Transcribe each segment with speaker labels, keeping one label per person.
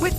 Speaker 1: With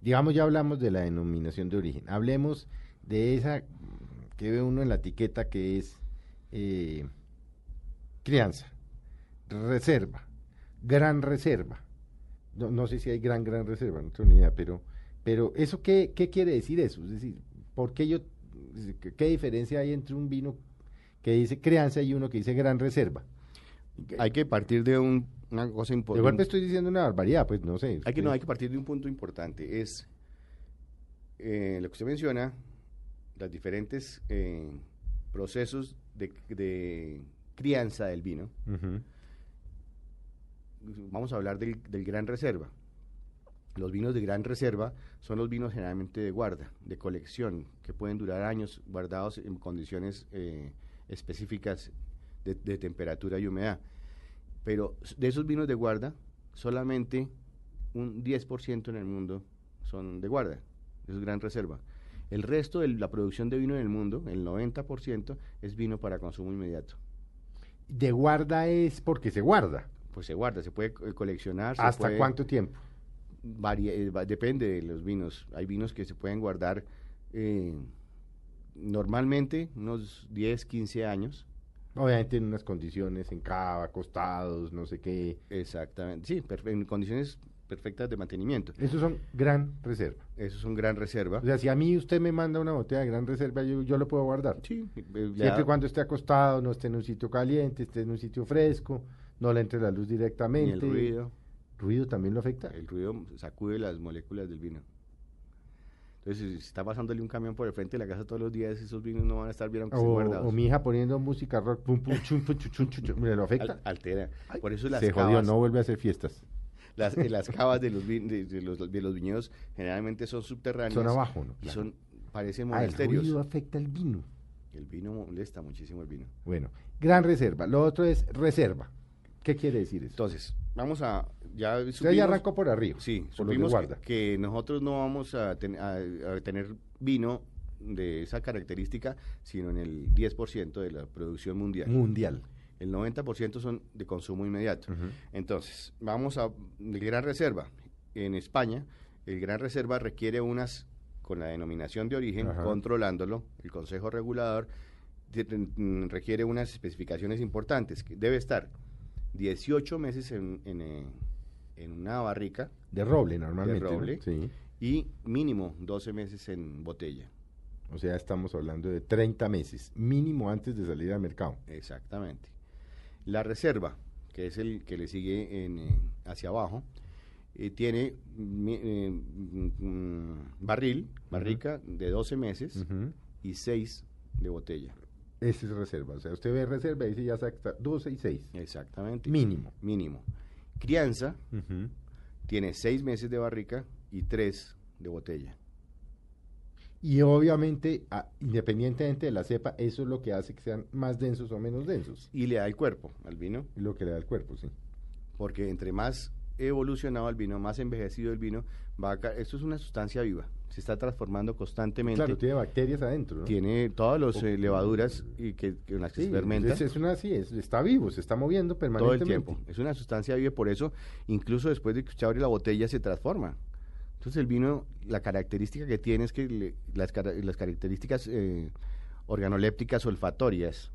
Speaker 2: Digamos, ya hablamos de la denominación de origen. Hablemos de esa que ve uno en la etiqueta que es eh, crianza, reserva, gran reserva. No, no sé si hay gran, gran reserva, no tengo ni idea, pero, pero ¿eso qué, qué quiere decir eso? Es decir, ¿por qué yo, qué diferencia hay entre un vino que dice crianza y uno que dice gran reserva?
Speaker 3: Hay que partir de un- una cosa
Speaker 2: De golpe
Speaker 3: importante.
Speaker 2: estoy diciendo una barbaridad, pues no sé.
Speaker 3: Hay que, no,
Speaker 2: ustedes-
Speaker 3: hay que partir de un punto importante. Es eh, lo que usted menciona, los diferentes eh, procesos de, de crianza del vino.
Speaker 2: Ujú.
Speaker 3: Vamos a hablar del, del Gran Reserva. Los vinos de Gran Reserva son los vinos generalmente de guarda, de colección, que pueden durar años guardados en condiciones eh, específicas de, de temperatura y humedad. Pero s- de esos vinos de guarda, solamente un 10% en el mundo son de guarda, es gran reserva. El resto de la producción de vino en el mundo, el 90%, es vino para consumo inmediato.
Speaker 2: De guarda es porque se guarda.
Speaker 3: Pues se guarda, se puede co- coleccionar. se
Speaker 2: ¿Hasta
Speaker 3: puede-
Speaker 2: cuánto tiempo?
Speaker 3: varie- eh, va- depende de los vinos. Hay vinos que se pueden guardar eh, normalmente unos 10, 15 años.
Speaker 2: Obviamente en unas condiciones, en cava, acostados, no sé qué.
Speaker 3: Exactamente, sí, perfe- en condiciones perfectas de mantenimiento.
Speaker 2: Esos son gran reserva.
Speaker 3: Eso es un gran reserva.
Speaker 2: O sea, si a mí usted me manda una botella de gran reserva, yo, yo lo puedo guardar.
Speaker 3: Sí, eh, le
Speaker 2: Siempre y
Speaker 3: da-
Speaker 2: cuando esté acostado, no esté en un sitio caliente, esté en un sitio fresco, no le entre la luz
Speaker 3: ni
Speaker 2: directamente.
Speaker 3: el ruido.
Speaker 2: ¿Ruido también lo afecta?
Speaker 3: El ruido sacude las moléculas del vino. Entonces, si está pasándole un camión por el frente de la casa todos los días, esos vinos no van a estar bien aunque
Speaker 2: O,
Speaker 3: estén guardados.
Speaker 2: o mi hija poniendo música rock, pum, pum, chum, pum, chu, chum, chu, chum, ¿le lo
Speaker 3: Al-
Speaker 2: afecta?
Speaker 3: altera.
Speaker 2: Ay,
Speaker 3: Por eso las
Speaker 2: Se jodió,
Speaker 3: cavas-
Speaker 2: no vuelve a hacer fiestas.
Speaker 3: las, eh, las cavas de los, vi- de, de los, de los viñedos generalmente son subterráneas.
Speaker 2: Son abajo, ¿no?
Speaker 3: Y
Speaker 2: Claro.
Speaker 3: son, parecen
Speaker 2: Ah, el
Speaker 3: monasterios.
Speaker 2: ruido afecta el vino.
Speaker 3: el vino molesta muchísimo el vino.
Speaker 2: Bueno, gran reserva. Lo otro es reserva. ¿Qué quiere decir eso?
Speaker 3: Entonces, vamos a... Ya
Speaker 2: Usted ya
Speaker 3: supimos-
Speaker 2: arrancó por arriba.
Speaker 3: Sí,
Speaker 2: por lo que
Speaker 3: supimos que-
Speaker 2: guarda.
Speaker 3: que, nosotros no vamos a, ten- a- a tener vino de esa característica, sino en el 10% de la producción mundial.
Speaker 2: Mundial.
Speaker 3: El 90% son de consumo inmediato. Entonces, vamos a el Gran Reserva. En España, el Gran Reserva requiere unas, con la denominación de origen,
Speaker 2: Ajá.
Speaker 3: controlándolo, el Consejo Regulador de- mm, requiere unas especificaciones importantes. Que debe estar 18 meses en, en, eh, en una barrica
Speaker 2: De roble, normalmente. ¿no?
Speaker 3: roble.
Speaker 2: Sí.
Speaker 3: y mínimo 12 meses en botella.
Speaker 2: O sea, estamos hablando de 30 meses, mínimo antes de salir al mercado.
Speaker 3: Exactamente. La reserva, que es el que le sigue en, eh, hacia abajo, eh, tiene mi- eh, mm, mm, barril, barrica de 12 meses y 6 de botella.
Speaker 2: Esa es reserva. O sea, usted ve reserva y dice ya saca 12 y 6.
Speaker 3: Exactamente.
Speaker 2: Mínimo.
Speaker 3: Mínimo. Crianza tiene 6 meses de barrica y 3 de botella.
Speaker 2: Y obviamente, a- independientemente de la cepa, eso es lo que hace que sean más densos o menos densos.
Speaker 3: Y le da el cuerpo al vino,
Speaker 2: Lo que le da el cuerpo, sí.
Speaker 3: porque entre más evolucionado el vino, más envejecido el vino, va a ca- esto es una sustancia viva, se está transformando constantemente.
Speaker 2: Claro, tiene bacterias adentro, ¿no?
Speaker 3: Tiene todas las eh, levaduras y que, que en las que
Speaker 2: Sí,
Speaker 3: se fermenta
Speaker 2: es, es una así, es- está vivo, se está moviendo
Speaker 3: todo el
Speaker 2: permanentemente.
Speaker 3: tiempo. Es una sustancia viva, por eso, incluso después de que usted abre la botella, se transforma. Entonces, el vino, la característica que tiene es que le- las, cara- las características eh, organolépticas olfatorias,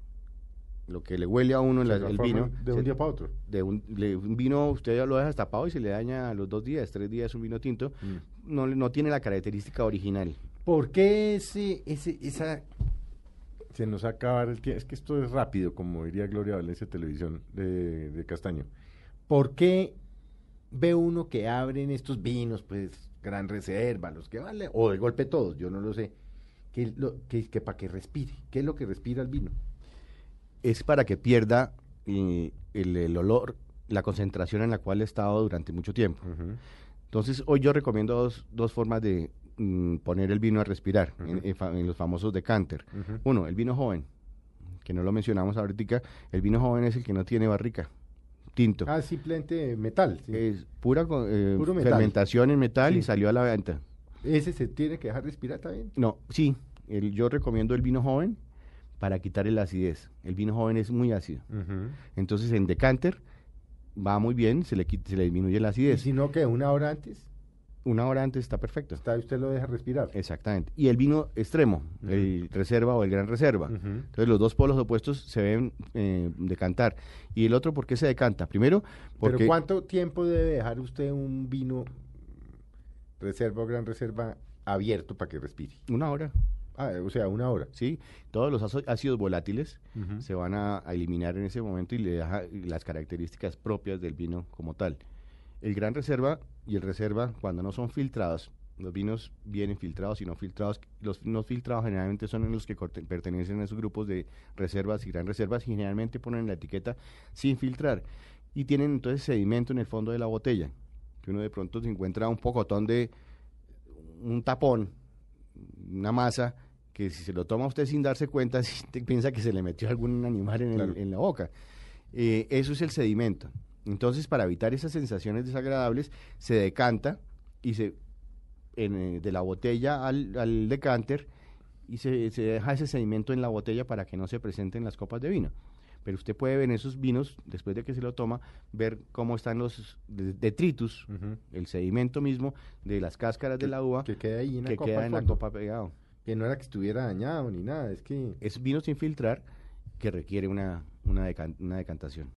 Speaker 3: lo que le huele a uno en
Speaker 2: Se
Speaker 3: la- el
Speaker 2: transforma
Speaker 3: vino,
Speaker 2: De
Speaker 3: se-
Speaker 2: un día para otro.
Speaker 3: de un, le- un vino, usted ya lo deja destapado y se le daña a los dos días, tres días un vino tinto,
Speaker 2: Mm.
Speaker 3: no, le- no tiene la característica original.
Speaker 2: ¿Por qué ese, ese, esa... Se nos acaba el tiempo. Es que esto es rápido, como diría Gloria Valencia Televisión de, de Castaño. ¿Por qué ve uno que abren estos vinos, pues, gran reserva, los que vale, o de golpe todos, yo no lo sé, que, lo, que, que para que respire? ¿Qué es lo que respira el vino?
Speaker 3: es para que pierda eh, el, el olor, la concentración en la cual ha estado durante mucho tiempo. Entonces, hoy yo recomiendo dos, dos formas de mm, poner el vino a respirar en- en, fa- en los famosos decanter. Uno, el vino joven, que no lo mencionamos ahorita. El vino joven es el que no tiene barrica, tinto.
Speaker 2: Ah, simplemente metal. sí.
Speaker 3: Es pura co- eh,
Speaker 2: Puro metal.
Speaker 3: fermentación en metal y salió a la venta.
Speaker 2: Ese se tiene que dejar respirar también.
Speaker 3: No, sí, el- yo recomiendo el vino joven para quitar la acidez. El vino joven es muy ácido. Entonces en decanter va muy bien, se le, quit- se le disminuye la
Speaker 2: Y
Speaker 3: acidez.
Speaker 2: si no, que una hora antes,
Speaker 3: Una hora antes está perfecto.
Speaker 2: está, usted lo deja respirar.
Speaker 3: Eh, Exactamente. Y el vino extremo, el reserva o el gran reserva.
Speaker 2: Ujú.
Speaker 3: Entonces los dos polos opuestos se ven eh, decantar. ¿Y el otro por qué se decanta? Primero, porque...
Speaker 2: Pero ¿cuánto tiempo debe dejar usted un vino reserva o gran reserva abierto para que respire?
Speaker 3: Una hora.
Speaker 2: Ah, o sea, una hora.
Speaker 3: ¿sí? Todos los azo- ácidos volátiles se van a, a eliminar en ese momento y le deja las características propias del vino como tal. El gran reserva y el reserva, cuando no son filtrados, los vinos vienen filtrados y no filtrados. Los no filtrados generalmente son en los que corte- pertenecen a esos grupos de reservas y gran reservas y generalmente ponen la etiqueta sin filtrar. Y tienen entonces sedimento en el fondo de la botella, que uno de pronto se encuentra un pocotón de un tapón una masa que si se lo toma usted sin darse cuenta, si te piensa que se le metió algún animal en, el-
Speaker 2: Claro.
Speaker 3: en la boca. Eh, eso es el sedimento. Entonces, para evitar esas sensaciones desagradables, se decanta y se en, eh, de la botella al, al decanter y se, se deja ese sedimento en la botella para que no se presenten las copas de vino. Pero usted puede ver en esos vinos, después de que se lo toma, ver cómo están los de- detritus, el sedimento mismo de las cáscaras de la uva
Speaker 2: Que queda ahí en la
Speaker 3: que
Speaker 2: copa.
Speaker 3: queda
Speaker 2: al
Speaker 3: en la
Speaker 2: fondo.
Speaker 3: copa pegado.
Speaker 2: Que no era que estuviera dañado ni nada, es que...
Speaker 3: Es vino sin filtrar que requiere una, una, decan- una decantación.